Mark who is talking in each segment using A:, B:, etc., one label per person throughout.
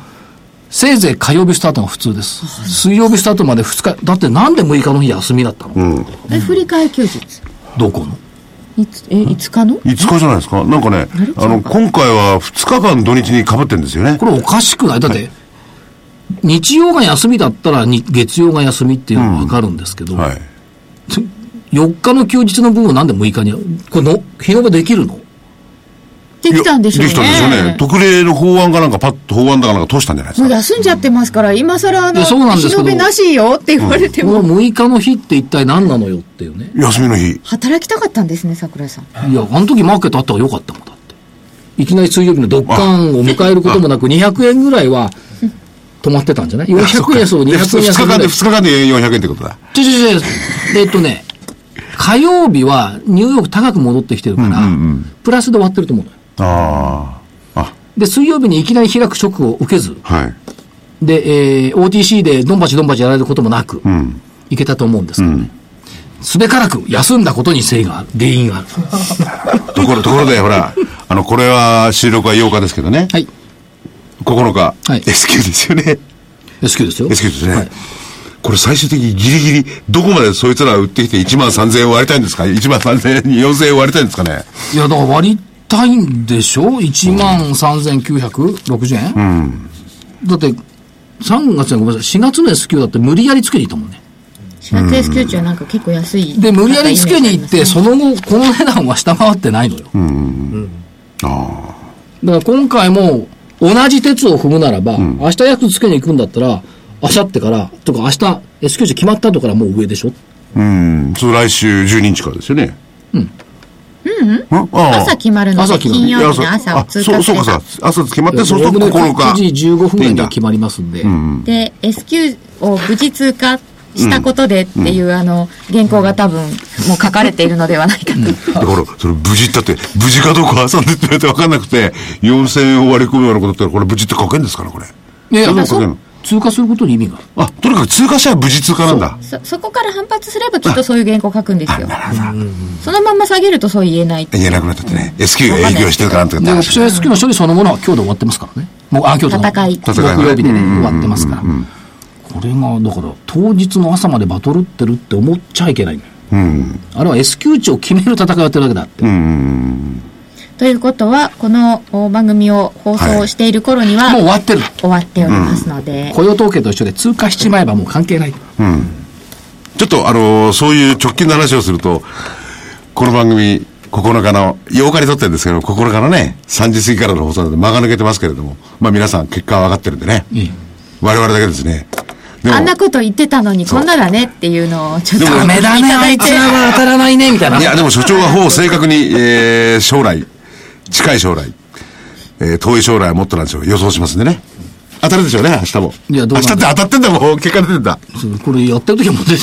A: せいぜい火曜日スタートが普通です。水曜日スタートまで2日、だってなんで6日の日休みだったの、
B: うん。
C: え、振り替え休日。
A: どこの
C: いつ、え、5日の
B: 5日じゃないですか。なんかね、あの、今回は2日間土日に被ってるんですよね
A: こ。れおかしくないだって、日曜が休みだったらに月曜が休みっていうのはわかるんですけど、
B: はい。
A: 4日の休日の分をなんで6日に、これの、日曜日できるの
C: できたんでしょうね。
B: いやできたんでしょうね。特例の法案かなんか、パッと法案だかなんか通したんじゃないで
C: も
B: す
C: う
B: か。
C: 休んじゃってますから、今更あ
A: い
C: の、
A: やそうなんですけど
C: 忍びなしよって言われて
A: こ
C: も、
A: の6日の日って一体何なのよっていうね。
B: 休みの日。
C: 働きたかったんですね、桜井さん。
A: いや、あの時マーケットあったからよかったもんだって。いきなり水曜日のドッカーンを迎えることもなく、200円ぐらいは止まってたんじゃない ?400 円そう、200円
B: で
A: 安
B: 2日
A: いぐ
B: 間
A: ら
B: で、
A: い
B: 2。日間で400円ってことだ。
A: ちょちょちょ、えっとね、火曜日はニューヨーク高く戻ってきてるから、プラスで終わってると思うのよ。
B: ああ。あ、
A: で、水曜日にいきなり開くショックを受けず、
B: はい。
A: で、えー、OTC でドンバチドンバチやられることもなく、
B: うん。
A: いけたと思うんですけどね。すべからく休んだことに正義がある、原因がある。
B: ところ、ところで、ほら、あの、これは、収録は8日ですけどね。
A: はい。
B: 9日。
A: はい
B: S q ですよね。
A: S q ですよ。
B: S q ですね。
A: はい
B: これ最終的にギリギリ、どこまでそいつら売ってきて1万3000円割りたいんですか ?1 万3000円、4000円割りたいんですかね
A: いや、だから割りたいんでしょ ?1 万3960円、だって、3月のごめんなさい、4月の S q だって無理やりつけに行ったもんね。
C: 4月 S q 中はなんか結構安い。
A: で、無理やりつけに行って、その後、この値段は下回ってないのよ。だから今回も、同じ鉄を踏むならば、明日約つけに行くんだったら、明後日から、とか明日 S q 値決まった後からもう上でしょ
B: うん。そう、来週12日からですよね。うん。うんうん。ああ
D: 朝決まるの
A: 朝
D: で
A: 決まる
D: 金曜日の朝を
B: あ
D: 通
B: そ
D: 過
B: う
D: す
B: そう
D: れ
B: か
D: ば
B: そう朝決まってそうすると
A: 僕ね
B: 9日
A: 9時15分ぐらいで
B: いいんだ
A: 決まりますんで。
D: で S q を無事通過したことでっていう、あの原稿が多分もう書かれているのではないかと、
B: だから、それ無事だって、無事かどうか挟んでってないと分かんなくて、4000円を割り込むようなことって、これ無事って書けんですかね、これ。
A: いや
B: そ
A: いう
B: い
A: や
B: うことなの
A: 通過することに意味がある。
B: あ、とにかく通過したら無事通過なんだ。
D: そそこから反発すればきっとそういう原稿書くんですよそのまんま下げるとそう言えない
B: 言えなくなっちゃってね。SQ が営業してるかなんて
A: で、オプ
B: 話
A: ション SQ の処理そのものは今日で終わってますからね。もう、あ、今日で
D: 戦い
A: 木
B: 戦い
A: 曜日でね、終わってますから。これが、だから、当日の朝までバトルってるって思っちゃいけないのよ
B: うん。
A: あれは SQ 値を決める戦いをやってるだけだって。
D: ということはこのお番組を放送している頃には、
A: もう終わってる。
D: 終わっておりますので、
A: 雇用統計と一緒で通過しちまえばもう関係ない。
B: ちょっと、あのーそういう直近の話をすると、この番組、9日の、8日に撮ってるんですけど、9日のね、3時過ぎからの放送で間が抜けてますけれども、まあ皆さん結果は分かってるんでね。
A: ええ
B: 我々だけですね。でも
D: あんなこと言ってたのにこんなだねっていうのをちょっと
B: でも
A: ダメだね、あいつらは当たらないね、みたいな。
B: いや、でも所長はほぼ正確に、えー、将来、近い将来、えー、遠い将来はもっとなんでしょう。予想しますんでね。当たるでしょうね、明日も。
A: いやどうなん
B: 明日って当たってんだもん、結果出てんだ。
A: そうこれやってる 時はもう出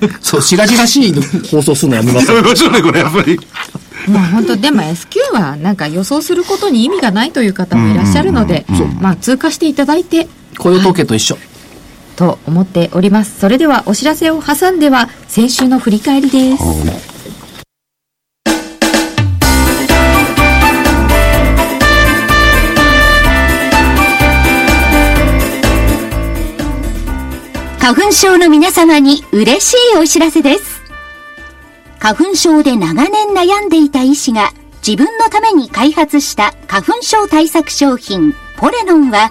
A: てる。そう、しがじがしい放送するのやめます
B: や。めましょうね、これ、やっぱり。
D: まあ本当、でも S q はなんか予想することに意味がないという方もいらっしゃるので、まあ通過していただいて
A: 雇用統計と一緒。
D: と思っております。それではお知らせを挟んでは、先週の振り返りです。
E: 花粉症の皆様に嬉しいお知らせです。花粉症で長年悩んでいた医師が自分のために開発した花粉症対策商品ポレノンは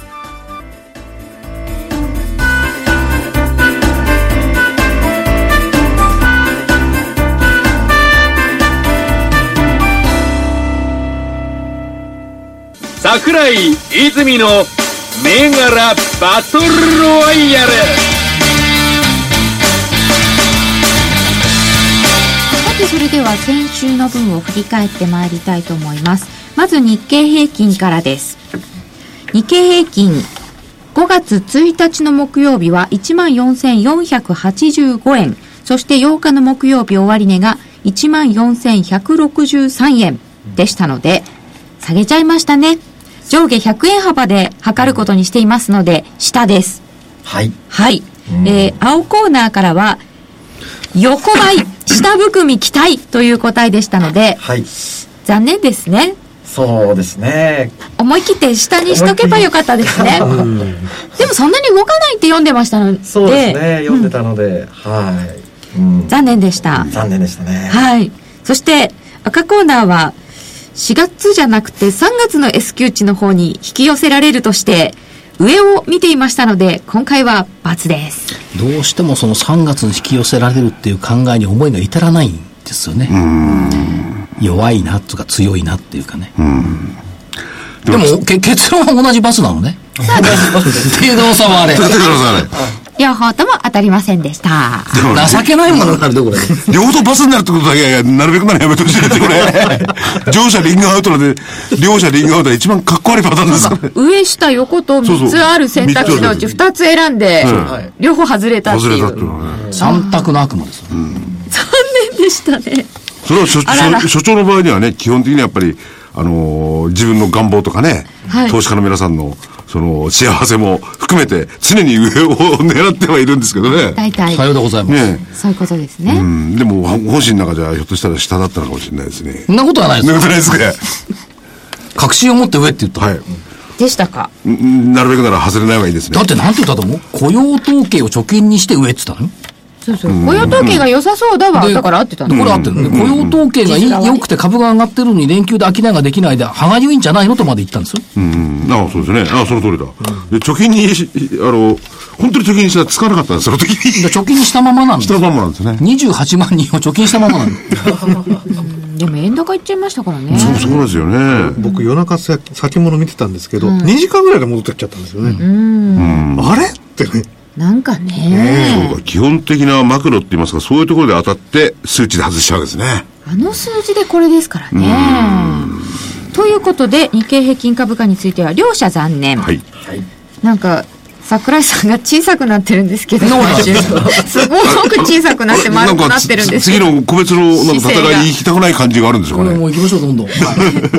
F: 桜井泉の銘柄バトルロワイヤル
D: さてそれでは先週の分を振り返ってまいりたいと思いますまず日経平均からです日経平均5月1日の木曜日は14,485円そして8日の木曜日終値が14,163円でしたので下げちゃいましたね上下100円幅で測ることにしていますので下です
G: はい。
D: はい。えー、青コーナーからは、横 ばい、下含み期待という答えでしたので、
G: はい。
D: 残念ですね。
G: そうですね。
D: 思い切って下にしとけばよかったです ね。でもそんなに動かないって読んでましたので、
G: そうですね。読んでたので、はい。うん
D: 残念でした。
G: 残念でしたね。
D: はい。そして、赤コーナーは、4月じゃなくて3月の S q 値の方に引き寄せられるとして、上を見ていましたので、今回は×です。
A: どうしてもその3月に引き寄せられるっていう考えに思いが至らないんですよね。弱いなとか強いなっていうかね。でもけ結論は同じバスなのね。 程度の差はあれ。
B: だってくださいね
D: 両方とも当たりませんでした。
B: でも
A: 情けないものがあるでこれ。
B: 両方とバスになるってことだけはなるべくならやめてほしいですよ ね。乗車リングアウトなんで、両者リングアウトで一番かっこ悪いパターンですから。
D: 上下横と
B: そうそう
D: 3つある選択肢のうち
B: 三つ
D: 2つ選んで、
G: はい
D: 両方外れたって
B: 外れ
D: い
B: たっていう
D: う。
B: のはね。
A: 三択の悪魔ですよ。
D: 残念でしたね。
B: それは所
D: あらら
B: 所所長の場合にはね、基本的にはやっぱり、あのー自分の願望とかね、
D: はい
B: 投資家の皆さんの、その、幸せも含めて、常に上を 狙ってはいるんですけどね。
D: 大体
A: さ、ようでございます。
B: ね
D: そういうことですね。
B: うん、でも、本心の中じゃ、ひょっとしたら下だったのかもしれないですね。
A: そんなことはない
B: そん
A: で
B: な
A: す
B: ことないですか
A: 確信を持って上って言った。
B: はい。
D: でしたか。
B: うんうんなるべくなら外れない方がいいですね
A: だっ。てなんて言ったと思う雇用統計を貯金にして上って言ったのよ
D: そうそう。雇用統計が良さそうだわ。
A: で
D: だから合ってた
A: で
D: の。
A: これ合ってるね。雇用統計がいい良くて株が上がってるのに連休で商いができないで、歯がゆいんじゃないのとまで言ったんですよ。
B: うんうん、ああそうですね。ああその通りだ。で貯金にし、あの、本当に貯金にしたらつかなかったんです、その時
A: で
B: に。
A: 貯金したままなんです
B: した
A: よ。
B: まんまなんですね。
A: 28万人を貯金したままなんで。
D: でも円高いっちゃいましたからね。
B: そう、そうですよね。
H: 僕夜中さ先物見てたんですけど、2時間ぐらいで戻ってっちゃったんですよね。あれってね。
D: なんか
B: そう
D: ね、
B: か基本的なマクロって言いますか、そういうところで当たって、数値で外しちゃうんですね。
D: あの数字でこれですからね。ということで、日経平均株価については両者残念。
B: はい。
D: なんか、桜井さんが小さくなってるんですけど、 すごく小さくなって丸くなってるんですけ
B: 次
D: ど。
B: の個別のなんか
D: 姿勢が
B: 戦いに行きたくない感じがあるんです
A: こ
B: か
A: れ
B: ね。
A: もう行きましょう、 どんどん。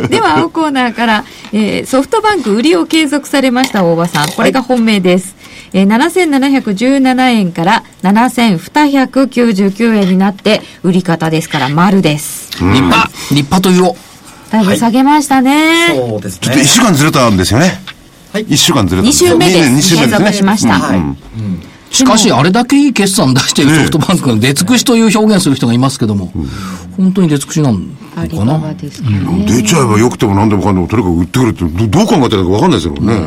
D: では青コーナーから、えーソフトバンク売りを継続されました大場さんこれが本命です、えー7717円から7299円になって売り方ですから丸です
A: 立派立派と言おう。
D: だいぶ下げましたね。
G: そうです
B: ちょっと1
G: ね。
B: 週間ずれたんですよね。
G: はい
B: 1週間ずれた
D: 二
B: んです
D: 週
B: よ。
D: 目です
B: 二週目ですね。
D: 継続しました
B: うんうん
A: しかし、あれだけいい決算出しているソフトバンクが出尽くしという表現する人がいますけども、本当に出尽くしなの
D: あり
A: か
D: ババ
A: な。
D: ですかね。
B: 出ちゃえばよくても何でもかんでもとにかく売ってくれってどどう考えてるか分かんないですよね、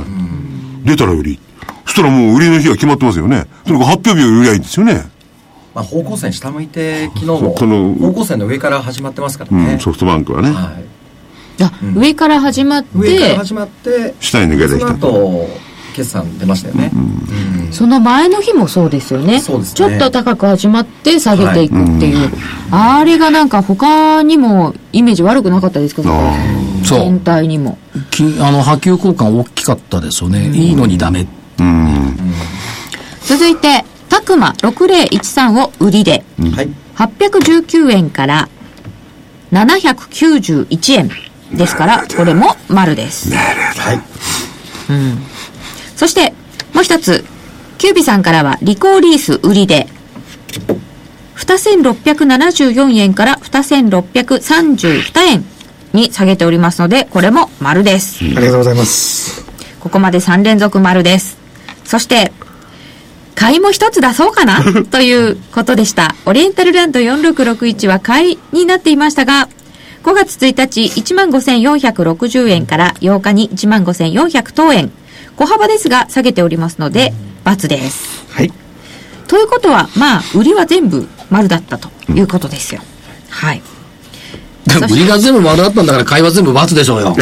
B: 出たらよりそしたらもう売りの日は決まってますよねとにかく発表日を売りゃいいんですよね、
G: まあ方向線下向いて昨日
B: そ
G: も
B: この
G: 方向線の上から始まってますから
B: うん
G: ね。
B: ソフトバンクはね、
G: はい。
D: あ、上から始まっ
G: 上から
D: て、
G: 始まって、
B: 下に抜けてきた
G: その後決算出ましたよね。
D: その前の日もそうですよね。
G: そうですね
D: ちょっと高く始まって下げていくっていう。あれがなんか他にもイメージ悪くなかったですけど、
B: あ
A: そう
D: 全体にも。
A: きあの、波及交換大きかったですよね。いいのにダメ。
B: うん
D: 続いて、たくま6013を売りで、
G: はい。
D: 819円から791円ですから、これも丸です。
G: はい。
D: そして、もう一つ、キュービさんからは、リコーリース売りで、2674円から2632円に下げておりますので、これも丸です。
H: りがとうございます。
D: ここまで3連続丸です。そして、買いも一つ出そうかなということでした。オリエンタルランド4661は買いになっていましたが、5月1日15,460円から8日に15,400等円。小幅ですが下げておりますので、×です。
H: はい。
D: ということは、まあ、売りは全部丸だったということですよ。はい。
A: だから売りが全部丸だったんだから、会話全部罰でしょうよ。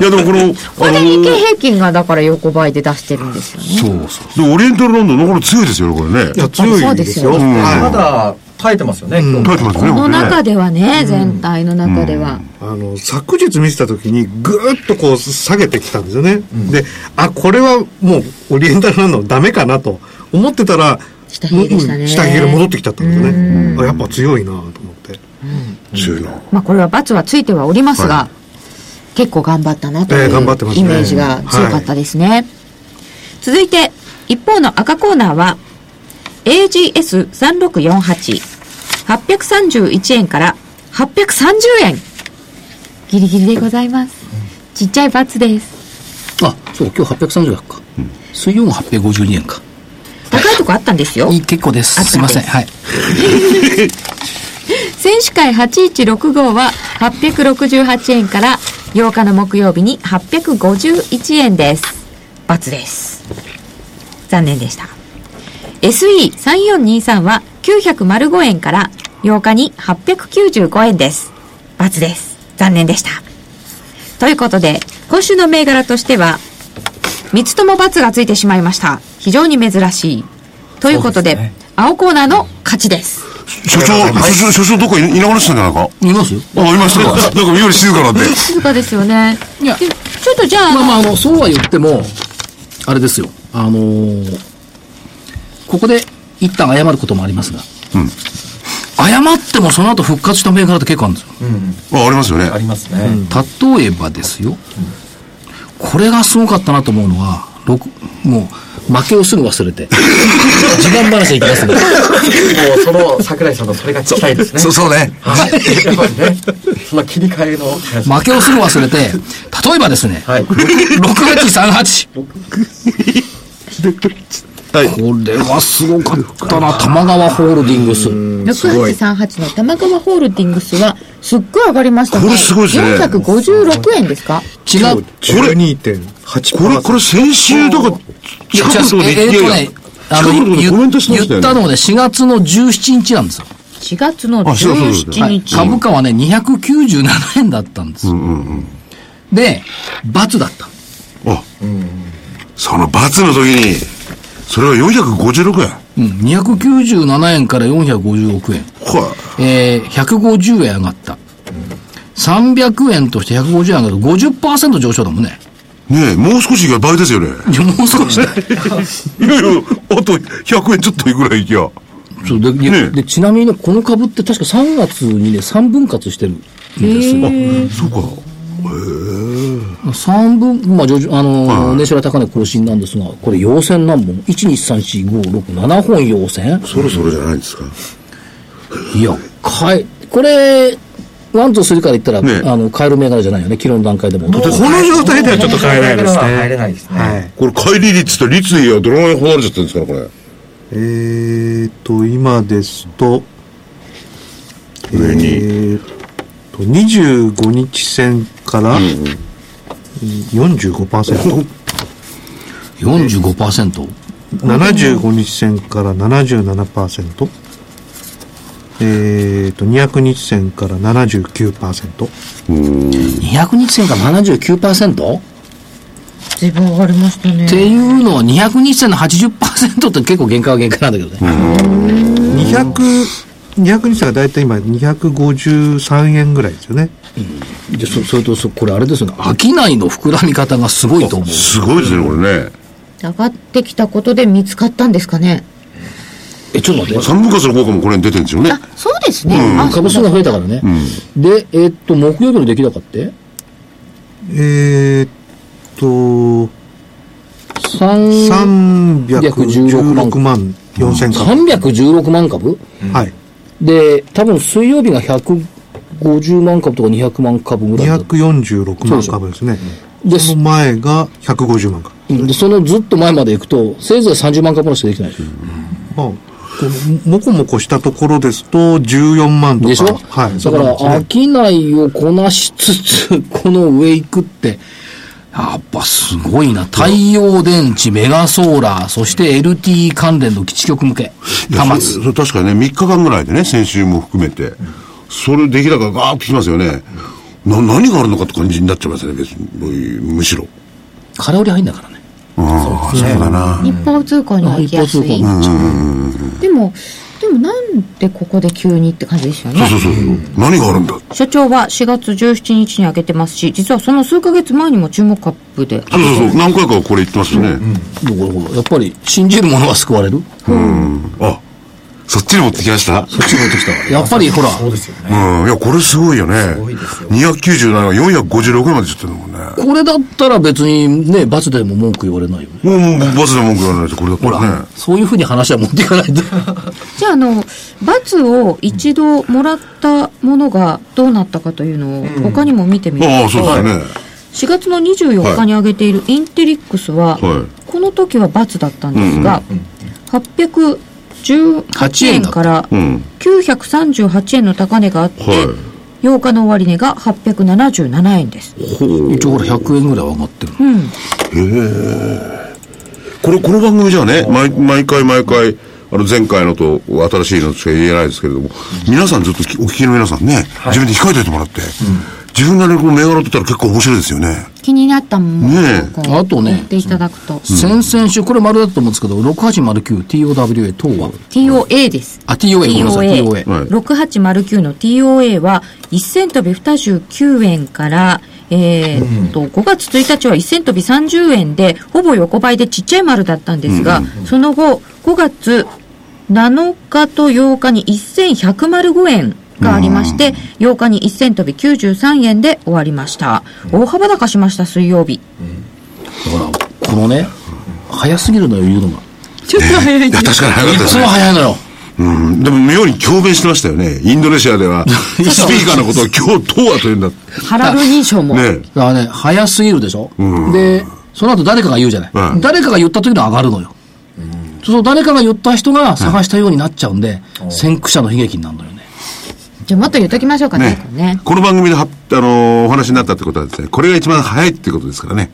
B: いやでもこの
D: こ
B: あ
D: れ
B: の
D: で日経平均がだから横ばいで出してるんですよね。
A: そうそう。
B: でもオリエンタルランドなかなか強いですよねこれね
H: いや、強いですよ。
D: そうですよ
B: ね
G: ま
H: は
G: だ耐えてますよね。今日
B: 書いてますね
D: この
B: これね
D: 中ではね、全体の中では。
H: い。あの、昨日見せた時に、ぐーっとこう、下げてきたんですよね。で、あ、これはもう、オリエンタルランドダメかなと思ってたら、
D: 下髭でしたね
H: うん下髭で戻ってきちゃったんですよね。あやっぱ強いなと思って。
B: 強いな
D: まあこれは罰はついてはおりますが、
B: は
D: 結構頑張ったなとい
H: え
D: う
H: え頑張ってますね
D: イメージが強かったですね。続いて、一方の赤コーナーは、AGS3648、831円から830円。ギリギリでございます。ちっちゃい罰です。
A: あ、そう、今日830円か。水曜も852円か。
D: 高いとこあったんですよ。
A: いい結構で
D: あ
A: す。すいません。はい。
D: 選手会8165は868円から8日の木曜日に851円です。×です。残念でした。SE3423 は905円から8日に895円です。×です。残念でした。ということで、今週の銘柄としては、三つとも×がついてしまいました。非常に珍しい。ということで、
G: そうですね
D: 青コーナーの勝ちです。
B: 所長所長所長どっかいいなくなってたんじゃないか
A: いますよ。
B: あいましたなんか見より静かなんで
D: 静かですよね。
A: いや
D: でちょっとじゃあ、
A: まあまあ、あの、そうは言っても、あれですよ。あのーここで一旦謝ることもありますが、
B: うん
A: 謝ってもその後復活した銘柄って結構あるんですよ。
B: あありますよね
G: ありますね。
A: 例えばですよ、これがすごかったなと思うのは、ろくもう、負けをすぐ忘れ て、時間話でいきますね。
G: もうその桜井さんのそれが聞きたいですね。
B: そうそうね
G: はい。やっぱりね、その切り替えの話。
A: 負けをすぐ忘れて、例えばですね、
G: はい。
A: 6838。
B: はい
A: これはすごかったな、玉川ホールディングス。
D: 6838の玉川ホールディングスは、すっごい上がりましたね。
B: これすごいですね
D: 456円ですか
A: 違う。
H: 12.8%。
B: これこれ先週だから
A: いや、
B: 近く
A: 違う
B: のとこで
A: ええーとね、あの、
B: 近くのとこでコメ
A: 言
B: ントしてました
A: 言っ
B: よね
A: たのね、4月の17日なんですよ。
D: ?4 月の
B: あそうそうそう
D: 17
A: はい、
D: 日。
A: 株価はね、297円だったんですよ。で、罰だった。
B: あ、その罰の時に、それは456円。
A: うん、297円から450億円。
B: は
A: えー、150円上がった。300円として150円上がると50%上昇だもんね。
B: い。ねえ、もう少しが倍ですよね。
A: いや、もう少しだ。
B: いやいや、あと100円ちょっといくらいいきゃ。
A: そうで
B: ねえ
A: で、ちなみにね、この株って確か3月にね、3分割してるんですよ。
B: そうか。
A: 三分、まあ、上場あのー、
B: はい
A: 年収高値更新なんですが、これ、陽線何本 ?1、2、3、4、5、6、7本陽線
B: そろそろじゃないですか。
A: いや、かい、これ、ワンとスリから言ったら、
B: ね
A: あの、買える銘柄じゃないよね、昨日の段階でも。
H: この状態ではちょっと買えないですね。
G: もう入れないですね
H: はい。
B: これ、帰り率って率ではどのぐらい離れちゃってるんですかね、これ。
H: えーと、今ですと、
B: 上に
H: えーと、25日線から、
A: 45%。
H: 45%。75日線から77%。えーと、200日線から79%。
A: 200日線が79%?
D: 随分上がりましたね
A: っ。ていうのは200日線の80%って結構原価は原価なんだけどね。
H: 200、200日線がだいたい今253円ぐらいですよね。
A: でそそれとそこれあれですよね商いの膨らみ方がすごいと思う
B: すごいですね、これね。
D: 上がってきたことで見つかったんですかね。
A: えちょっと待って
B: 三分割の効果もこれに出てるんですよね。
D: そうですね。あ
A: 株数が増えたからね、でえーっと木曜日の出来高って
H: えーと、
A: 3
H: 316万4000株。
A: 316万株
H: はい。
A: で多分水曜日が150万株とか200万株ぐらいだ
H: 246万株ですね。
A: で
H: その前が150万
A: う
H: 株。
A: んでそのずっと前まで行くとせいぜい30万株のしかできない
H: まあ、このもこもこしたところですと、14万とか。
A: でしょ、
H: はい。
A: だから
H: そうなんですね
A: 商いをこなしつつ この上行くってやっぱすごいな太陽電池メガソーラーそして LTE 関連の基地局向け
B: いや
A: 端
B: そ
A: 末
B: れそれ確かにね、3日間ぐらいでね、先週も含めて、それ出来高がガーッときますよね。な、何があるのかって感じになっちゃいますね、別に。むしろ。
A: 空売り入んだからね
B: ああ、そうだな。
D: 一方通行には行きやすい。
A: 一方
D: でも、でもなんでここで急にって感じですよね。
B: そうそうそうそう。何があるんだ
D: 所長は4月17日に上げてますし、実はその数ヶ月前にも注目カップで。
B: そうそうそう。何回かこれ言ってますよね。
A: だからほらやっぱり信じる者は救われる
B: あ、そっちに持ってきました
A: そっちに持ってきたやっぱりほら
G: そうですよね。
B: うん。いや、これすごいよね。
G: ごいですよ
B: 297が456円までちょっとだもんね。
A: これだったら別にね罰でも文句言われないよね
B: もう、もう、バスで文句言わないですよこれだった
A: ほら、
B: らね。
A: そういうふうに話は持っていかないと
D: じゃあ、あの、罰を一度もらったものがどうなったかというのを、他にも見てみる
B: ああ、
D: と、
B: そうですよね。
D: 4月の24日に上げているインテリックスは、
B: はい
D: この時は罰だったんですが、818円から
B: うん。
D: 938円の高値があって、
B: はい
D: 8日の終値が877円です。
A: 一応ほら100円ぐらいは上がってる
D: うん。
B: これ、この番組じゃね、毎毎回毎回、あの、前回のと新しいのしか言えないですけれども、皆さんずっときお聞きの皆さんね、自分で控えておいてもらって、自分なりにこう銘柄って言ったら結構面白いですよね。
D: 気になったもの
B: ね
D: を
B: え
D: こ
A: あと
D: う、
A: ね
D: 言っていただくと、
A: 先々週これ丸だと思うんですけど 6809TOWA 等は
D: TOA です。
A: あ TOA ごめんなさい TOA
B: はい
D: 6809の TOA は、1000飛び29円から、えーっと、5月1日は1000飛び30円で、ほぼ横ばいでちっちゃい丸だったんですが、その後、5月7日と8日に1105円がありまして、8日に1000飛び93円で終わりました。大幅高しました、水曜 日。
A: だから、このね、早すぎるのよ、言うのが。
D: ちょっと早い
B: いや、確かに早かったで
A: いつ
B: す
A: も
B: ね。
A: 早いのよ。
B: うん。でも、妙に共鳴してましたよね。インドネシアでは、 スピーカーのことを今日、とはと言うんだ。ね
D: ハラル認証も。
A: だからね、早すぎるでしょ。で、その後誰かが言うじゃない。
B: うん
A: 誰かが言った時の上がるのよ。その誰かが言った人が探したようになっちゃうんで、先駆者の悲劇になるのよね。
D: じゃあもっと言っときましょうかね。
B: ね
D: これね
B: この番組では、あのお話になったってことはですね、これが一番早いってことですからね。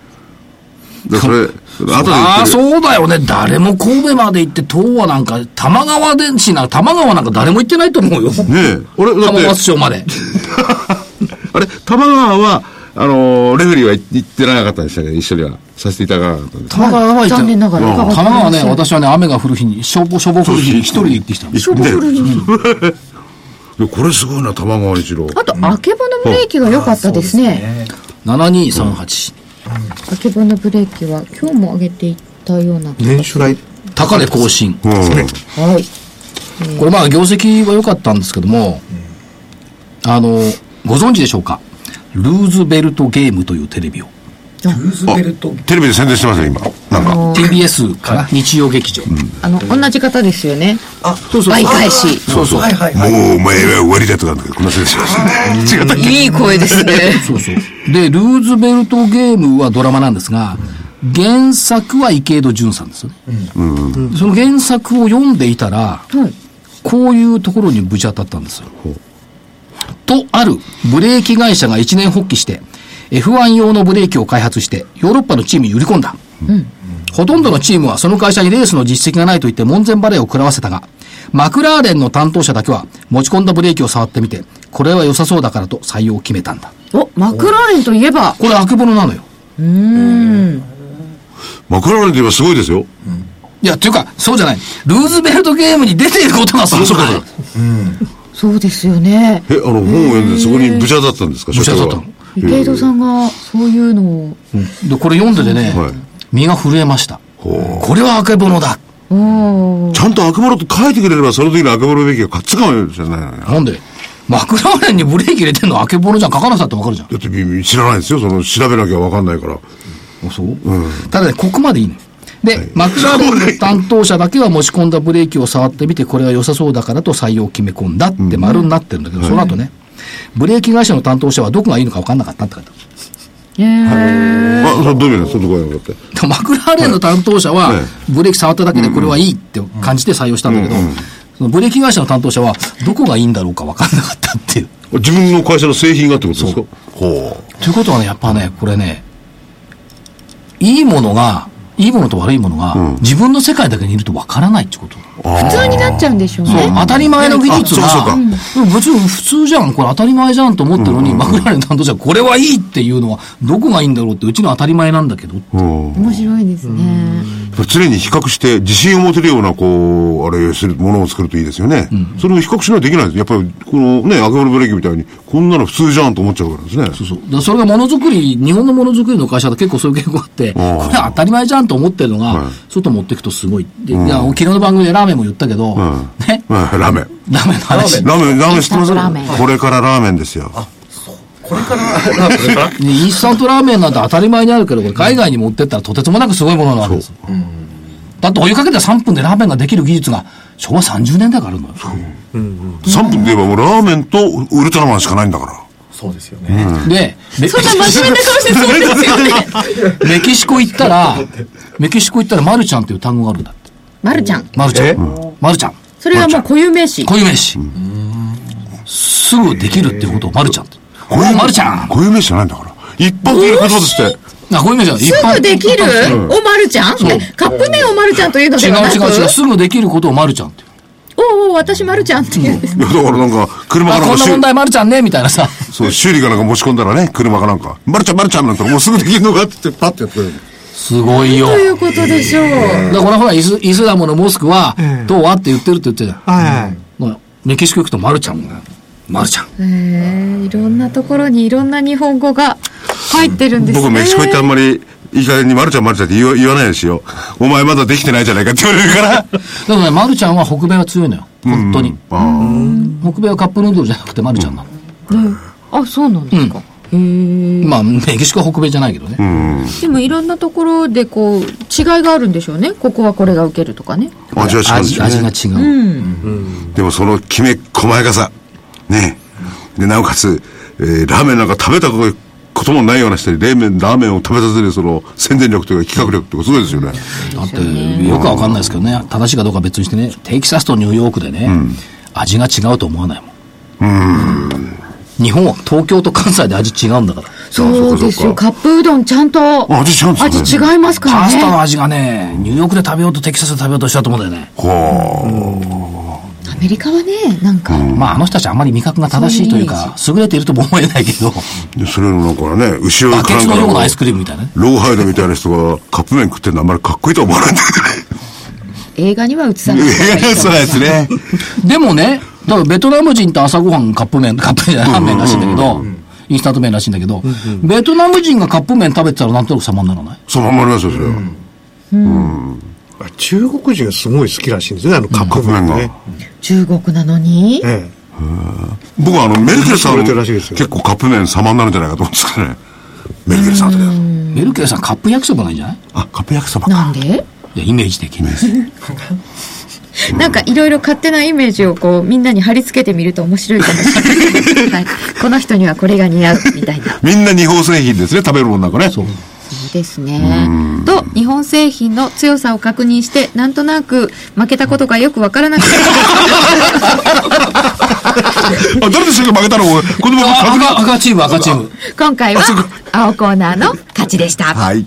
B: だからそれ、後で
A: あ
B: 言
A: あ、
B: ってる。
A: そうだよね。誰も神戸まで行って、東和なんか、玉川電子なんか、玉川なんか誰も行ってないと思うよ。
B: ねえ。俺、だっ
A: 玉
B: て
A: 川、町まで。
B: あれ、玉川は、あのーレフェリーは行ってなかったんでしたね、一緒には。させていただかなかったんです。
A: 玉川は行って
D: 残念ながら。
A: 玉川ね、私はね、雨が降る日に、消防、消防降る日に一人で行ってきたの
B: 一緒にね。うんこれすごいな、玉川にしろ。
D: あと、あけぼのブレーキが良かったですね。
A: 7238。
D: あけぼのブレーキは今日も上げていったような。
H: 年初来。
A: 高値更新。
B: うん。
D: はい。
A: これまあ業績は良かったんですけども、あの、ご存知でしょうかルーズベルトゲームというテレビを。
G: ルーズベルト
B: テレビで宣伝してますよ、今。なんか。
A: TBS かな、日曜劇場。
D: あの、同じ方ですよね。
G: あ、
A: そうそう
D: 倍返し。
A: そうそう。
G: はいはい
B: も
G: はいう
B: お前は終わりだとかなんだけど、こんな先生ですね。違ったっけ
D: いい声で すね。
A: そうそう。で、ルーズベルトゲームはドラマなんですが、原作は池井戸潤さんですよね。その原作を読んでいたら、こういうところにぶち当たったんですよ。とあるブレーキ会社が一年発起して、F1 用のブレーキを開発して、ヨーロッパのチームに売り込んだ。ほとんどのチームはその会社にレースの実績がないと言って門前払いを食らわせたが、マクラーレンの担当者だけは持ち込んだブレーキを触ってみて、これは良さそうだからと採用を決めたんだ。
D: お、マクラーレンといえば、
A: これ悪者なのよ。
B: マクラーレンといえばすごいですよ。
A: いや、というか、そうじゃない。ルーズベルトゲームに出ていることがすごい。
B: そうかそうか
D: そうですよね。
B: え、あの、本を読んでそこにぶち当たったんですか、
A: ぶち当たった
B: 所
A: の
D: 池井戸さんが、そういうのを、
A: で、これ読んでてね、
B: はい
A: 身が震えました。これは悪者だ。
D: おー
B: 長はちゃんと悪魔と書いてくれれば、その時の悪魔のべきが勝つかもしれないのに。
A: なんで、マクラーレンにブレーキ入れてんのあけぼのじゃん。書かなさってわかるじゃん。
B: だってみ知らないですよ、その、調べなきゃわかんないから。
A: そう、ただね、ここまでいいのよ。で、マクラーレンの担当者だけは持ち込んだブレーキを触ってみて、これは良さそうだからと採用を決め込んだって丸になってるんだけど、その後ね、ブレーキ会社の担当者はどこがいいのか分かんなかったって書いてある
D: へー
B: あ、それどういう意味なんですか、どこやのかって。
A: でもマクラーレンの担当者は
B: はい、
A: ブレーキ触っただけでこれはいいって感じて採用したんだけど、そのブレーキ会社の担当者は、どこがいいんだろうか分かんなかったっていう。
B: 自分の会社の製品がってことですかほう。
A: ということはね、やっぱね、これね、いいものが、いいものと悪いものが、自分の世界だけにいると分からないってこと
D: 普通になっちゃうんでしょうね。
A: 当たり前の技術
B: あそう
A: が、
B: か
A: うん別に普通じゃん、これ当たり前じゃんと思ってるのに、マクラーレン担当者はこれはいいっていうのは、どこがいいんだろうって、うちの当たり前なんだけど。
B: うん
D: 面白いですね。
B: 常に比較して自信を持てるような、こう、あれ、する、ものを作るといいですよね。それを比較しないといけないです。やっぱり、このね、アクアブレーキみたいに、こんなの普通じゃんと思っちゃうからですね。
A: そうそう。だからそれがものづくり、日本のものづくりの会社だと結構そういう傾向あって、これは当たり前じゃんと思ってるのが、外持ってくとすごい。で、いや、昨日の番組でラーメンも言ったけど、ね、
B: うん、ラーメン。
A: ラーメンの話。
B: ラーメン、ラーメン知ってま
D: イ
B: す
D: ンスタントラーメン
B: これからラーメンですよ。
G: これから、これから
A: ねインスタントラーメンなんて当たり前にあるけど、これ海外に持ってったらとてつもなくすごいものなわけですよ。だってお湯かけて3分でラーメンができる技術が昭和30年代からあるのよ。
B: 3分で言えばもうラーメンとウルトラマンしかないんだから。
G: そうですよね。
A: で、メ
D: そんな真面目な顔してそうですよね。
A: メキシコ行ったら、メキシコ行ったらマルちゃんっていう単語があるんだって。
D: まるちゃん。
A: マルちゃん。マルちゃん。
D: それはもう固有名詞。
A: 固有名詞。すぐできるっていうことをマルちゃんって。おお、マルちゃん
B: こういう名詞じゃないんだから。一発で言う言葉として。
A: あ、固有名詞だ。一
D: す
A: 般
D: ぐできるおまるちゃんえカップ麺をまるちゃんというの
A: 違
D: で
A: う
D: はなく
A: 違う違う。すぐできることをマルちゃんって。
D: おうおう、私まるちゃんって言うんです。
B: いや、だからなんか、車か
A: あ、
B: なん
A: こ
B: か
A: んな
B: 修
A: 問題マルちゃんね、みたいなさ。
B: そう、修理かなんか持ち込んだらね、車かなんか、まるちゃんまるちゃんなんてもうすぐできるのかって言って、パッてやってくれる。
A: すごいよ。
D: ということでしょう。
A: だからほら、イスイスラムのモスクは、どうはって言ってるって言ってたじゃん。
H: はい。
A: ほらメキシコ行くとマルちゃんが、マルちゃん。
D: へえいろんなところにいろんな日本語が入ってるんですね。
B: 僕メキシコ行ってあんまり、いい加減にまるちゃんまるちゃんって言わ言わないようにしよう。お前まだできてないじゃないかって言われる から。
A: でもね、マルちゃんは北米は強いのよ。本当に。
B: あ
A: 北米はカップヌードルじゃなくてマルちゃんなの。
D: あ、そうなんですか。へえ
A: まあ、メキシコは北米じゃないけどね。
D: でもいろんなところでこう違いがあるんでしょうね。ここはこれが受けるとかね。
B: あ、味は違うんです
A: 味
B: よ
A: 味
B: ね
A: が。違う。
B: でもそのきめ細やかさ。ねで、なおかつ、えーラーメンなんか食べたこともないような人に、冷麺、ラーメンを食べさせる、その、宣伝力というか企画力というか、すごいですよね。
A: だって、よくはわかんないですけどね、正しいかどうかは別にしてね、テキサスとニューヨークでね、味が違うと思わないもん。日本は東京と関西で味違うんだから。
D: そうですよ。
B: そうかそうか
D: カップうどんちゃんと
B: あ味違うんですね
D: 味違いますから
A: パスタの
D: ね。
A: 味がね、ニューヨークで食べようとテキサスで食べようとしたと思うんだよね。
B: は
D: アメリカはね、なんか、
A: まあ、あの人たちあんまり味覚が正しいというか、優れているとも思えないけど、
B: あ。で、それのなんかね、後ろ
A: バ
B: に
A: ケツの
B: か
A: ようなア
B: ら
A: イスクリームみたいなね。
B: ローハイドみたいな人がカップ麺食ってるのあんまりかっこいいとは思わないんだ
D: 映画には映さ
B: け
D: ない
B: どね。。 いや、そうですね。
A: でもね、だからベトナム人って朝ごはんカップ麺、カップ麺じゃない、ラーメンらしいんだけど、インスタント麺らしいんだけど、ベトナム人がカップ麺食べてたらなんとなく様にならない
B: そう、まんまりますよ、それは。
H: 中国人がすごい好きらしいんですね、あのカップ麺がね。
D: 中国なのに。
H: え
B: 僕はあの、メルケルさん、
H: 売れてるらしいですよ
B: 結構カップ麺様になるんじゃないかと思うんですけどね。メルケルさんあたりだと。
A: メルケルさんカップ焼きそばなんじゃない
B: あ、カップ焼きそばか。
D: なんで
A: いやイメージ的に。
D: なんかいろいろ勝手なイメージをこうみんなに貼り付けてみると面白いかもしれない、 はい、この人にはこれが似合うみたいな
B: みんな日本製品ですね、食べるもんなんかね。
D: いいですね。と、日本製品の強さを確認して、なんとなく負けたことがよくわからなくて、
B: あ、誰でしたっけ負けたのこの まま
A: あ
B: 数が。
A: 赤赤チーム、赤チーム。
D: 今回は青コーナーの勝ちでした。
B: はい。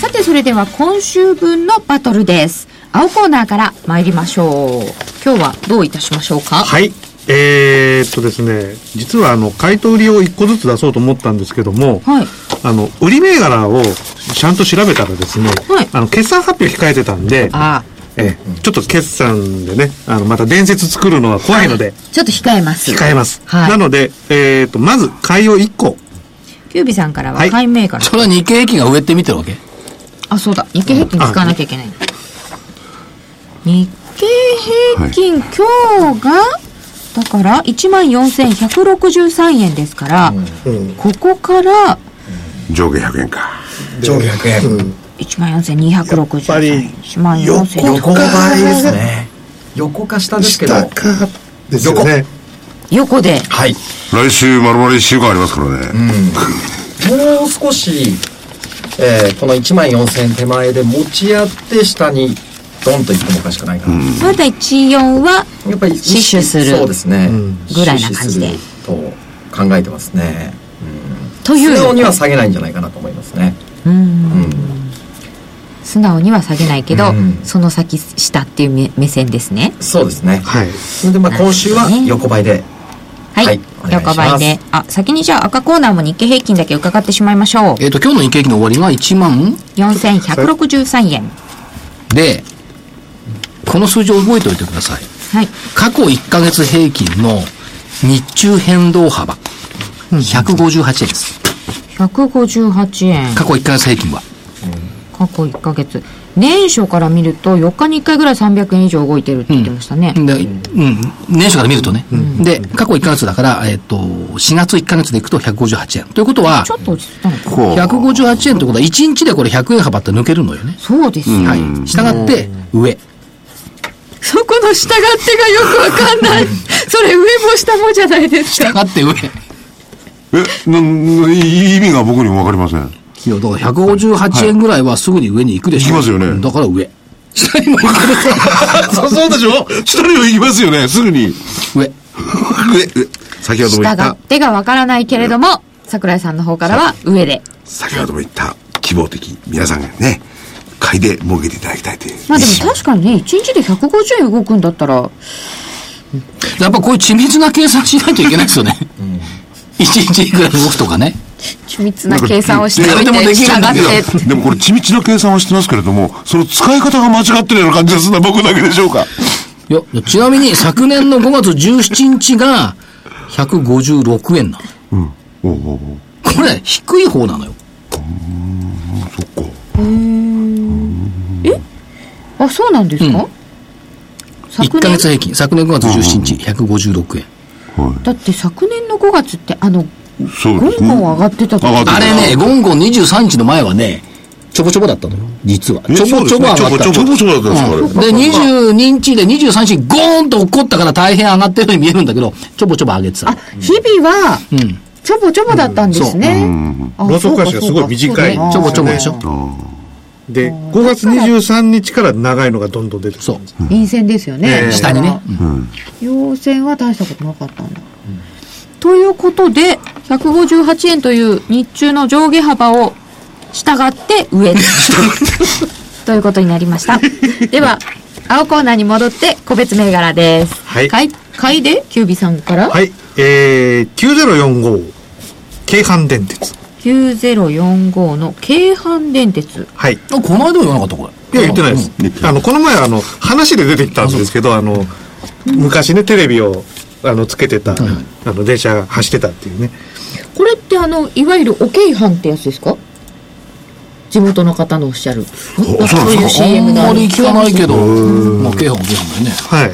D: さて、それでは今週分のバトルです。青コーナーから参りましょう。今日はどういたしましょうか
H: はい。えー、っとですね、実はあの、買い取りを一個ずつ出そうと思ったんですけども、
D: はい
H: あの、売り銘柄をちゃんと調べたらですね、
D: はい
H: あの、決算発表控えてたんで、
D: あ
H: ええちょっと決算でね、あの、また伝説作るのは怖いので、
D: ちょっと控えます。
H: 控えます。
D: はい
H: なので、えー、っと、まず、買いを1個。
D: キュービさんから
H: は
D: はい買い銘柄。
A: それは日経平均が上って見てるわけ
D: あ、そうだ。日経平均使わなきゃいけない。日経平均、今日が、だから、14,163円ですから、ここから、
B: 上下100円か。
G: 上下100円。
D: 14,263円。
I: 横
D: 14,000
G: 横ばいです
I: が
G: ね。横か下ですけど。
I: 下
G: は
I: かですよね
D: 横で。
G: い。
B: 来週丸々1週間ありますからね。
G: もう少し、えーこの1万4000円手前で持ち合って下にドンと行ってもおかしくないかな。
D: まだ14は、
G: やっぱり
D: 死守する
G: そうですね。
D: ぐらいな感じで
G: 死守すると考えてますね。
D: とい
G: 素直
D: う
G: には下げないんじゃないかなと思いますね。
D: 素直には下げないけど、
G: うん
D: その先下っていう目目線ですね。
G: そうですね。
H: はい。
G: それでまあ今週は横ばいで。
D: はい。
G: はいお願いし
D: 横
G: ます
D: ばいで。あ、先にじゃあ赤コーナーも日経平均だけ伺ってしまいましょう。
A: えっ、と、今日の日経平均の終わりが1万
D: 4163円。
A: で、この数字を覚えておいてください。
D: はい。
A: 過去1ヶ月平均の日中変動幅、158円です。
D: 158円。
A: 過去1ヶ月平均は。
D: 過去1ヶ月。年初から見ると4日に1回ぐらい300円以上動いてるって言ってましたね。
A: で、うん、年初から見るとね。で、過去1ヶ月だから、えっ、と、4月1ヶ月でいくと158円。ということは
D: ち、ょっと落ち着いたのか。
B: こう。
A: 158円ってことは、1日でこれ100円幅って抜けるのよね。
D: そうですよ。
A: はい。従って、上。
D: そこの従ってがよくわかんない。それ上も下もじゃないですか。
A: 従って上。
B: え、な、な意味が僕にもわかりません。
A: いや、だから158円ぐらいはすぐに上に行くでしょ。
B: 行きますよね
A: だから上。下にも行くでし
B: そう、 そうでしょ下にも行きますよね、すぐ に。
A: ょ。上。
B: ええ先ほども言
D: 下が
B: った
D: っ、てがわからないけれども、桜井さんの方からは上で。
B: 先ほども言った、希望的、皆さんがね、買いで儲けていただきたいという。
D: まあでも確かにね、1日で150円動くんだったら、
A: やっぱこういう緻密な計算しないといけないですよね。一日いくら動くとかね。
D: 緻密な計算をしてお
A: 誰
D: い
A: でも
D: て、
A: でき
D: 従
A: るんだけど
D: って。
B: でもこれ、緻密な計算はしてますけれども、その使い方が間違ってるような感じがするのは僕だけでしょうか。
A: いや、ちなみに昨年の5月17日が156円なの。
B: うん。おうおうおう
A: これ、低い方なのよ。
B: そっか。
D: あ、そうなんですか、昨
A: 1ヶ
D: 年
A: 月平均。昨年5月17日、156円。
D: だって昨年の5月って、あの、
B: そう
D: ゴ
B: で
D: ン
B: す
D: ゴ
B: ね
D: ン上がってたと
B: 上がって
A: あれね、ゴンゴン23日の前はね、ちょぼちょぼだったのよ、実は。
B: え
A: ちょぼちょぼ上がった。
B: そうですねちょぼちょぼちょぼちょぼだったんですかあ
A: で、
B: れ
A: 22日で23日、ゴーンと怒ったから大変上がってるように見えるんだけど、ちょぼちょぼ上げてたの。
D: 日々は
A: うん。
D: ちょぼちょぼだったんですね。あ
H: ローソク足がすごい短い
D: そうか
A: ち
D: そ
A: ょ
D: うか
A: ぼちょぼでしょ。
H: で、5月23日から長いのがどんどん出てくる。
A: そう。
D: 臨戦ですよね。
H: ええ
A: 下にね。
D: 陽線は大したことなかったんだ。ということで、158円という日中の上下幅を従って上にということになりました。では、青コーナーに戻って個別銘柄です。
H: はい
D: 買い、買いで、キュービさんから、
H: はい、えー、9045、京阪電鉄。
D: 9045の京阪電鉄。
H: はい。
A: あこの間も言わなかった、こ
H: い
A: れ。
H: や、言ってないです。あの、この前、あの、話で出てきたんですけど、あの、昔ね、テレビを、あの、つけてた、あの、電車が走ってたっていうね。
D: これってあの、いわゆるお京阪ってやつですか地元の方のおっしゃる。
B: あそうなん
D: そういう
B: ですか
D: CM が
A: あ
D: あ
A: んま
D: る
A: り聞かないけど、まあ、京阪も京阪だよね。
H: はい。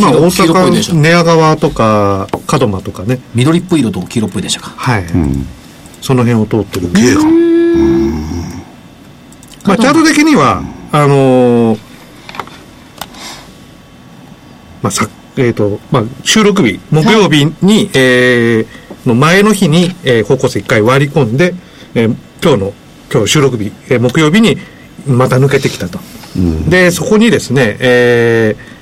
H: まあ、
A: 黄色
H: 大
A: 黄色っぽい電車
H: 阪、寝屋川とか、門真とかね。
A: 緑っぽい色と黄色っぽい電車か。
H: はい。
B: ん
H: その辺を通ってる。
B: ええか
H: まあ、チャート的には、あのーまあ、さ、えっ、と、まあ、収録日、木曜日に、えーの前の日に、えー、方向性一回割り込んで、えー今日の、今日収録日、えー木曜日に、また抜けてきたと。で、そこにですね、えー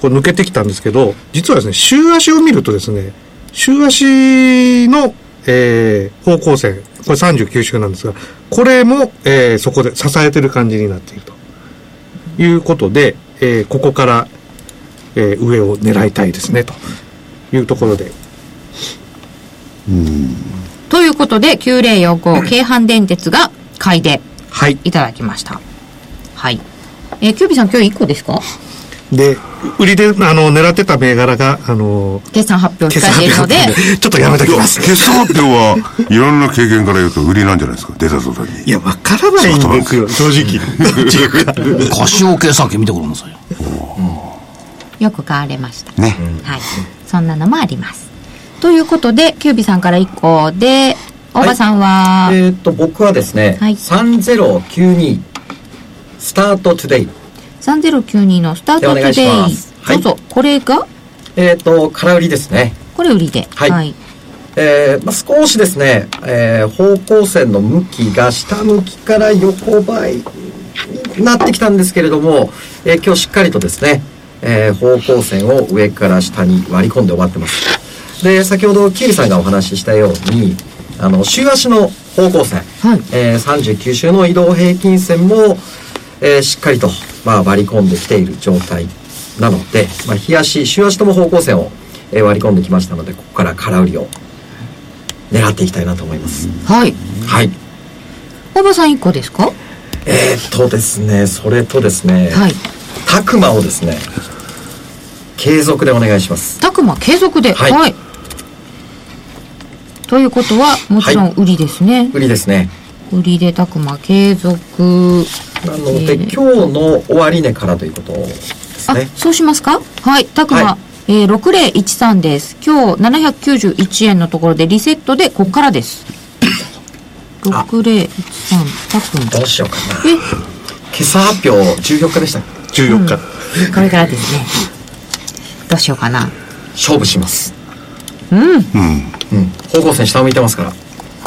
H: これ抜けてきたんですけど、実はですね、週足を見るとですね、週足の、えー方向線、これ39週なんですが、これも、えーそこで支えてる感じになっていると。いうことで、えーここから、えー上を狙いたいですね、というところで。
D: ということで、9045、京阪電鉄が買いで
H: はい。
D: いただきました。はい。えーキュービさん今日1個ですか
H: で、売りで、あの、狙ってた銘柄が、あの、
D: 決算発表を控えているので、
H: ちょっとやめと
B: い
H: き
B: や
H: ます。
B: 決算発表はいろんな経験から言うと売りなんじゃないですか出た途端に
H: いや、わからないんですよ、正直。
A: カシオ計算機見てごらんなさいよ。
D: よく買われました。
B: ね
D: はい。そんなのもあります。ということで、キュービさんから1個で、大場さんは、
G: えっ、と、僕はですね、
D: はい
G: 3092、スタートトゥデイ。
D: 3092のスタートトゥ
G: で
D: デ
G: お願いしま
D: イ。
G: すはい
D: どうぞ、これが、
G: えっ、と、空売りですね。
D: これ売りで。
G: はいえーまあ、少しですね、えー方向線の向きが下向きから横ばいになってきたんですけれども、えー今日しっかりとですね、えー方向線を上から下に割り込んで終わってますで先ほどキーリさんがお話ししたようにあの週足の方向線、
D: はい
G: えー39週の移動平均線も、えーしっかりと、まあ、割り込んできている状態なので、まあ、日足週足とも方向線を、えー割り込んできましたのでここから空売りを狙っていきたいなと思います、
D: はい。
G: はい
D: 大場さん1個ですか
G: えー、っとですねそれとですね、
D: はい。
G: たくまをですね継続でお願いします
D: たくま継続で。は。
G: はいい
D: ということは、もちろん売りですね。
G: 売りですね
D: 売りでたくま継続。
G: なので、
D: えー
G: 今日の終値からということです
D: あ
G: ね、
D: そうしますかはい。たくま、
G: は
D: えー、6013です。今日791円のところでリセットで、こっからです。6013、た
G: あ
D: く
G: ど
D: ま。
G: うしようかな
D: え、
G: 今朝発表14日でしたっけ
H: 14日。
D: これからですね。どうしようかな。
G: 勝負します
D: うん。
G: うん方向線下を向いてますから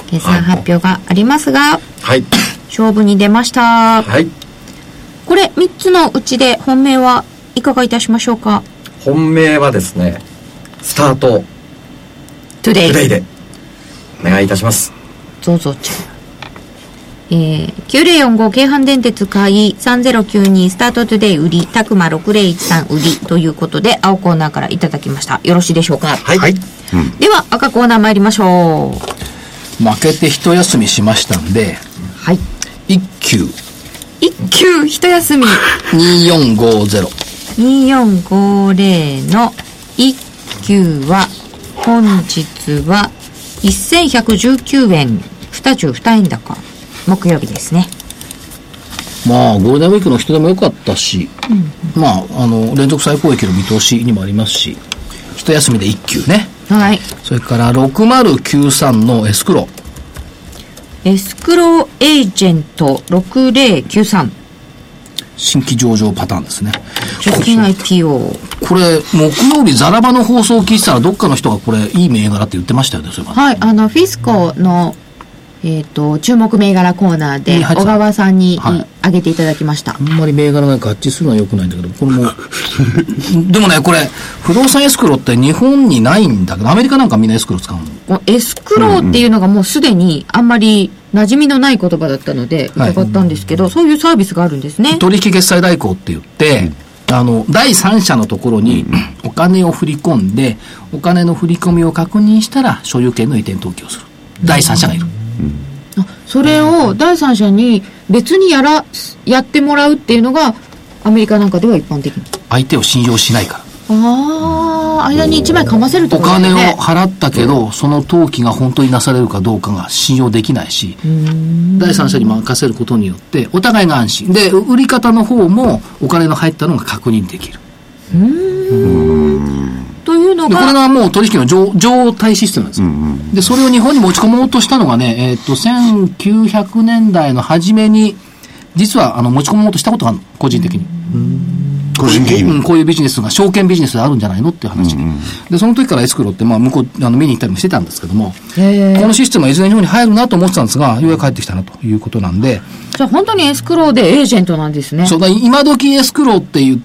D: 決算発表がありますが、
G: はい
D: 勝負に出ました。
G: はい
D: これ、3つのうちで本命はいかがいたしましょうか
G: 本命はですねスタート
D: トゥデ
G: プ
D: イ。
G: レイでお願いいたします
D: ゾゾちゃん。えー、9045京阪電鉄買い、3092スタートトゥデイ売り、たくま6013売りということで、青コーナーからいただきました。よろしいでしょうか
G: はい、はい、
D: では、赤コーナー参りましょう。
A: 負けて一休みしましたんで、
D: はい。
A: 一休
D: 一級一休み。
A: 2450。
D: 2450の一級は、本日は1119円、22円高。木曜日ですね。
A: まあ、ゴールデンウィークの人でも良かったし、まあ、あの、連続最高益の見通しにもありますし、一休みで一休ね。
D: はい。
A: それから6093のエスクロ。
D: えスクローエージェント6093
A: 新規上場パターンですね。
D: 直近 IPO
A: これ、木曜日、ザラバの放送を聞いてたら、どっかの人がこれ、いい銘柄って言ってましたよね、それは。
D: はいあのフィスコのえっ、と注目銘柄コーナー
A: う
D: で
A: んはい
D: 小川さんに
A: はい
D: 挙げていただきました、
A: あんまり銘柄が合致するのは良くないんだけど、これも、でもね、これ、不動産エスクロって日本にないんだけど、アメリカなんかみんなエスクロ使うの。
D: このエスクローっていうのがもうすでにあんまり馴染みのない言葉だったので
A: はい
D: 伺ったんですけど、そういうサービスがあるんですね。
A: 取引決済代行って言って、あの、第三者のところにお金を振り込んで、お金の振り込みを確認したら、所有権の移転登記をする。第三者がいる。
D: あそれを第三者に別にやらやってもらうっていうのがアメリカなんかでは一般的な
A: 相手を信用しないから。
D: ああ間に1枚かませるって
A: お
D: ことです
A: 金
D: ね
A: を払ったけど、その登記が本当になされるかどうかが信用できないし、第三者に任せることによって、お互いが安心。で、う売り方の方もお金の入ったのが確認できる。
D: というの
A: で、これ
D: が
A: がもう取引の状状態システムなんですよ。で、それを日本に持ち込もうとしたのがね、えっ、と、1900年代の初めに、実はあの持ち込もうとしたことがあるの、個人的に。
B: 個人的
A: う
B: に
A: ん、。こういうビジネスが証券ビジネスであるんじゃないのっていう話で,、でその時からエスクロって、まあ、向こうあの見に行ったりもしてたんですけどもこのシステムはいずれ日本に入るなと思ってたんですがようやく入ってきたなということなんで、
D: じゃあ本当にエスクローでエージェントなんですね
A: そうだ今時エスクロって言っ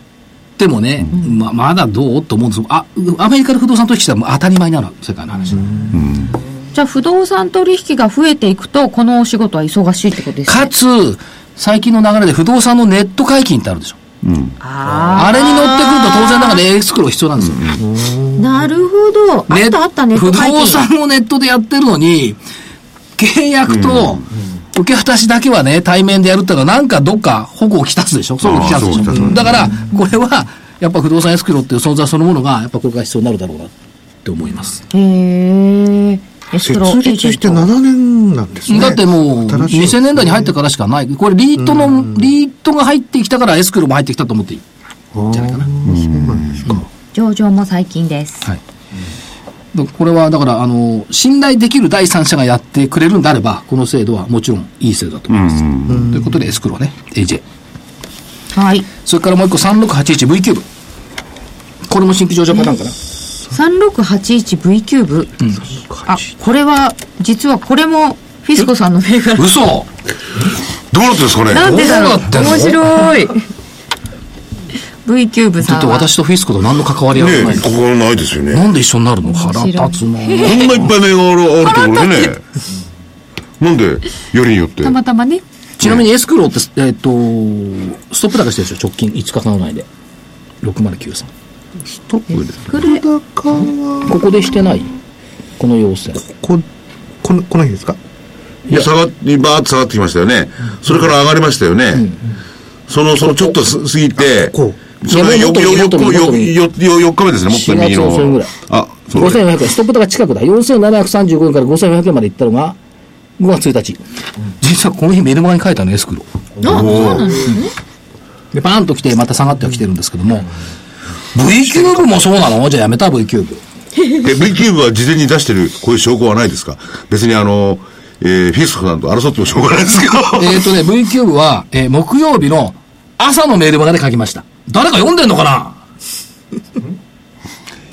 A: てもね、ままだどうと思うんですよあアメリカの不動産取引したらもう当たり前になる世界の話、
D: じゃあ不動産取引が増えていくとこのお仕事は忙しいってことですね
A: かつ最近の流れで不動産のネット解禁ってあるでしょあれに乗ってくると当然だからエスクロ必要なんですよ、
D: なるほどあ
A: ね
D: ったあったネット
A: 不
D: 解
A: 動
D: 禁
A: 産をネットでやってるのに、契約と受け渡しだけはね、対面でやるってのは、なんかどっか保護をきたすでしょ、そういうのをきたすでし
B: そうそう
A: ょ。
B: そう
A: だから、これは、やっぱ不動産エスクローっていう存在そのものが、やっぱこれから必要になるだろうなって思います。
D: へえエスクローエ
I: 設
D: ージェント
I: 立して7年なんですね。
A: だってもう、
I: 新しい
A: 2000年代に入ってからしかない。これ、リートの、リートが入ってきたからエスクローも入ってきたと思っていい。
I: じゃないかな。そうなんですか。
D: 上場も最近です
A: はい。だこれは、だから、あの、信頼できる第三者がやってくれるんであれば、この制度はもちろんいい制度だと思います。ということで、エスクローね、AJ。
D: はい
A: それからもう一個、3681V キューブ。これも新規上場パターンかな。
D: 3681V キューブ、あこれは実はこれもフィスコさんの銘柄
A: 嘘
B: どうなってるんですかね
D: なんでだろ
A: どう
D: う
A: なってんの
D: 面白い V キューブ
A: だ
D: さ
A: っ
D: ん
A: て
D: は
A: 私とフィスコと何の関わり合いもな
B: ね
A: い
B: え、ここはないですよね。
A: なんで一緒になるの腹立つな
B: こんないっぱい銘柄あるところでね。なんで、よりによって。
D: たまたまね
A: ちなみにエスクローって、えっ、と、ストップ高してるでしょ、直近5日間内で。6093。
I: トップで。高は、
A: ここでしてないこの要請。
I: こ、この、この日ですか
B: いや、下がって、バーッと下がってきましたよね。それから上がりましたよね。その、その、ちょっとす過ぎて、
I: こ
B: その、
A: いや
B: よ、
A: もっと
B: よ、よ、よ、
A: もっともっと
B: よ、よ、4日目ですね、もっと
A: 4
B: 右
A: 月のそれぐ
B: の
A: らい。
B: あ、そうですね。
A: 5400円、ストップ高近くだ。4735円から5400円までいったのが、5月1日。実はこの日メルマガに書いたの、エスクロ。で、バーンと来て、また下がっては来てるんですけども、V キューブもそうなのじゃあやめた V キューブ。
B: え、V キューブは事前に出してる、こういう証拠はないですか別にあの、えー、フィスコさんと争ってもしょうがないですけど。
A: えっとね、V キューブは、えー木曜日の朝のメルマガで書きました。誰か読んでんのかな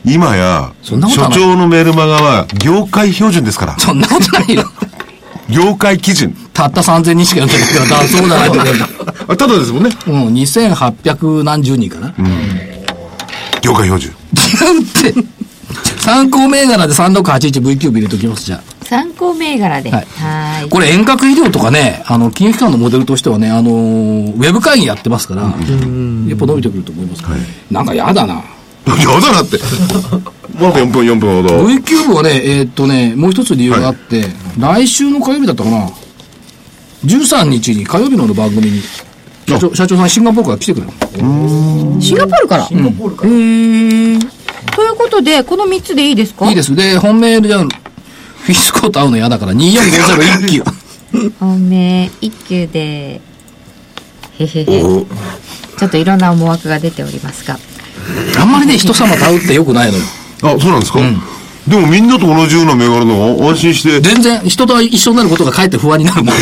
B: 今や、
A: そ
B: 所
A: んなことはない
B: 長のメールマガは、業界標準ですから。
A: そんなことないよ。
B: 業界基準。
A: たった3000人しか読んでないから、だからそうじゃないといけない。
B: あただですもんね。
A: うん、2800何十人かな。
B: 業界標
A: 違
B: 準。
A: うって。参考銘柄で 3681V キューブ入れときます、じゃあ。
D: 参考銘柄で
A: は
D: はいーい
A: これ遠隔医療とかね、あの、金融機関のモデルとしてはね、あのー、ウェブ会議やってますから、やっぱ伸びてくると思いますから、なんかやだな。
B: やだなって。まだ4分、4分ほど。
A: V キューブはね、えーっとね、もう一つ理由があって、来週の火曜日だったかな、13日に火曜日の番組に、社長社長さんシンガポールから来てくれる。
D: シンガポールからシンガポールから、へえということでこの3つでいいですか
A: いいですす。で、本命で、あのフィスコと会うの嫌だから、2450一気よ。
D: 本命1級でへへへ
B: お
D: ちょっといろんな思惑が出ておりますが
A: あんまりね、人様と会うってよくないのよ。
B: あ、そうなんですか、でもみんなと同じような銘柄の方が安心して、
A: 全然、人と一緒になることがかえって不安になるもん。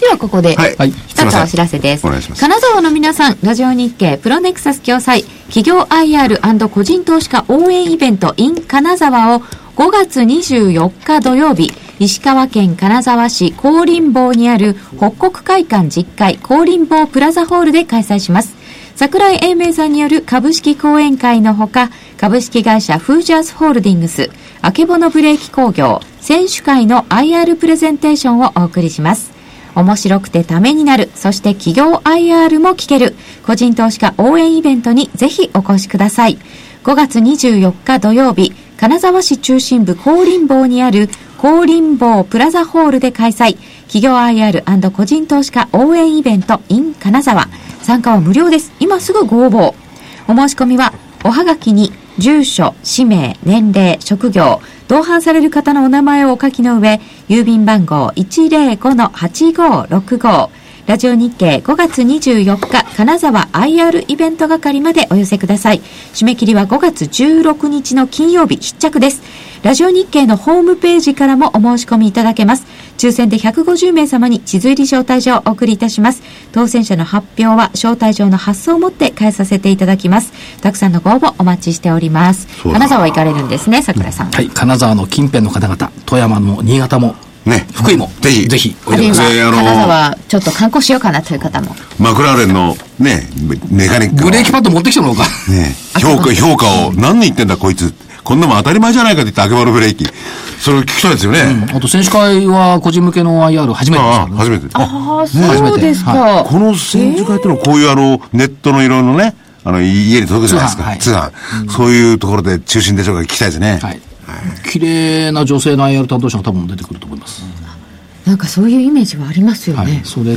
D: ではここで、
B: はい。
A: はい
B: すい
D: 一
B: ま
D: つ
B: せん
D: お知らせです。
B: お願いします。
D: 金沢の皆さん、ラジオ日経、プロネクサス共催、企業 IR& 個人投資家応援イベント in 金沢を5月24日土曜日、石川県金沢市高林坊にある北国会館実会高林坊プラザホールで開催します。桜井英明さんによる株式講演会のほか、株式会社フージャースホールディングス、あけぼのブレーキ工業、選手会の IR プレゼンテーションをお送りします。面白くてためになる、そして企業 IR も聞ける、個人投資家応援イベントにぜひお越しください。5月24日土曜日、金沢市中心部高林坊にある高林坊プラザホールで開催、企業 IR& 個人投資家応援イベント in 金沢。参加は無料です。今すぐご応募。お申し込みは、おはがきに、住所、氏名、年齢、職業、同伴される方のお名前をお書きの上、郵便番号105-8565、ラジオ日経5月24日、金沢 IR イベント係までお寄せください。締め切りは5月16日の金曜日、必着です。ラジオ日経のホームページからもお申し込みいただけます。抽選で150名様に地図入り招待状をお送りいたします。当選者の発表は招待状の発送をもって返させていただきます。たくさんのご応募お待ちしております。
B: うだ
D: 金沢行かれるんですね、桜井さん。
A: はい、金沢の近辺の方々、富山も新潟も、
B: ね。
A: 福井も、
B: ぜひ。
A: ぜひ、お
D: あ
A: い
D: る
A: で
D: い
A: く
D: は
A: ださい。
B: えーあの
D: 金沢ちょっと観光しようかなという方も。
B: マクラーレンのね、メカニック。
A: ブレーキパッド持ってきてもらおうか。
B: ね評価、評価を、何言ってんだこいつ。こんなもん当たり前じゃないかって言って、あけぼのブレーキ。それを聞きたいですよね。
A: あと、選手会は個人向けの IR 初めてですか
B: ああ、
A: らね。
B: 初めて。あ
A: 初めて。はい
D: か
B: この選手会ってのは、こういうあの、ネットのいろいろね、あの、家に届くじゃないですか。
A: 通
B: 通販。そういうところで中心でしょうか聞きたいですね。
A: はい。綺麗な女性の IR 担当者が多分出てくると思います。
D: なんかそういうイメージはありますよ
A: は
D: ね
A: い。。それと、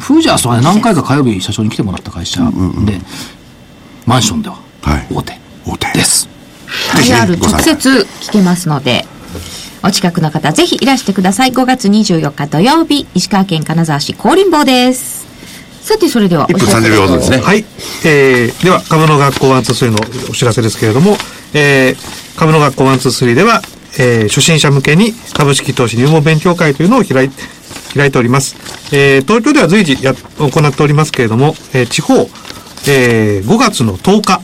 A: フージャースはね、何回か火曜日社長に来てもらった会社で、マンションでは
B: はい
A: 大手
B: 大手
A: です。
B: ぜひね
D: IR
B: ご
D: 直
B: 参加
D: 接聞けますので、お近くの方ぜひいらしてください。5月24日土曜日、石川県金沢市高林坊です。さて、それでは
B: 1分30秒ほどですね。
H: はい。えー、では、株の学校123のお知らせですけれども、えー、株の学校123では、えー、初心者向けに株式投資入門勉強会というのを開い、開いております。えー、東京では随時や、行っておりますけれども、えー、地方、えー、5月の10日、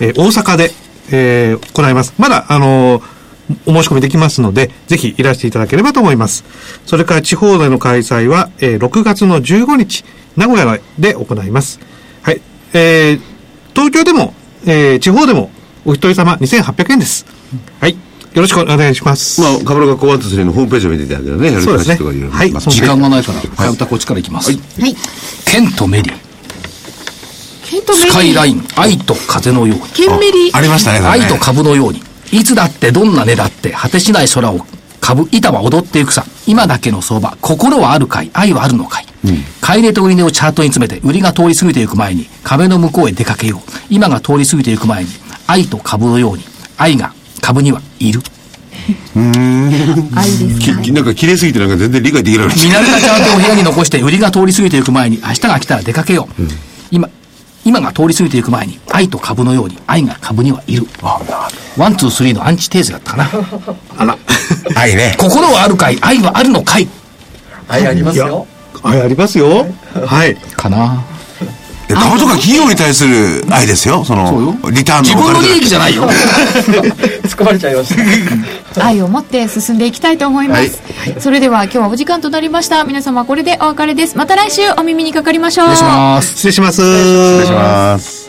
H: えー、大阪で、えー、行います。まだ、あのーお申し込みできますので、ぜひいらしていただければと思います。それから地方での開催は、えー6月の15日、名古屋で行います。はい。えー東京でも、えー地方でも、お一人様2800円です。はい。よろしくお願いします。
B: まあ、株の学校ワンツースリーのホームページを見ていただければね、やり
H: そうですね
B: とかいろいろ。
H: はい
B: まあ
H: そう
A: 時
H: ですね
A: 間がないから、早歌こっちから行きます。
D: はい。
A: ケント・メリー、
D: ケントメ
A: スカイ
D: リー。
A: ライン、愛と風のように。
D: ケンメリー。
B: ありましたね、それね
A: 愛と株のように。いつだってどんな根だって果てしない空を株、板は踊っていくさ。今だけの相場。心はあるかい愛はあるのかい、買い入れと売り値をチャートに詰めて、売りが通り過ぎていく前に、壁の向こうへ出かけよう。今が通り過ぎていく前に、愛と株のように。愛が株にはいる。
D: 愛です
B: ききなんか綺麗すぎてなんか全然理解できない。
A: 見慣れたチャートを部屋に残して、売りが通り過ぎていく前に、明日が来たら出かけよう。今、今が通り過ぎていく前に、愛と株のように、愛が株にはいる。ワン、ツー、スリーのアンチテーゼだったかな。
B: はいね。
A: 心はあるかい愛はあるのかい
G: はい、ありますよ。
H: はい、ありますよ。はい。
A: かな
B: え株とか企業に対する愛ですよ、
A: そ
B: そ
A: うよ
B: の、リターン
A: 自
B: のお
A: 分の
B: 金
A: 利
B: と
A: 益じゃないよ
G: 突っ込まれちゃいました。
D: 愛を持って進んでいきたいと思います、それでは今日はお時間となりました皆様これでお別れですまた来週お耳にかかりましょう
A: 失礼します
H: 失礼します。
B: お願いします。